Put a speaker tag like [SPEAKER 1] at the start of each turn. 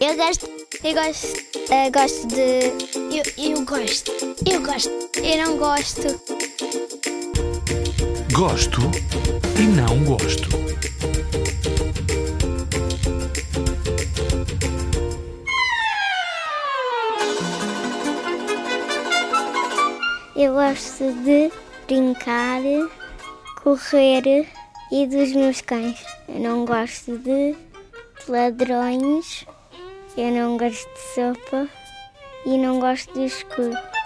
[SPEAKER 1] Eu gosto. Eu gosto. eh, gosto de. Eu, eu gosto. Eu gosto. Eu não gosto.
[SPEAKER 2] Gosto e não gosto.
[SPEAKER 1] Eu gosto de brincar, correr e dos meus cães. Eu não gosto de ladrões, eu não gosto de sopa e não gosto de escuro.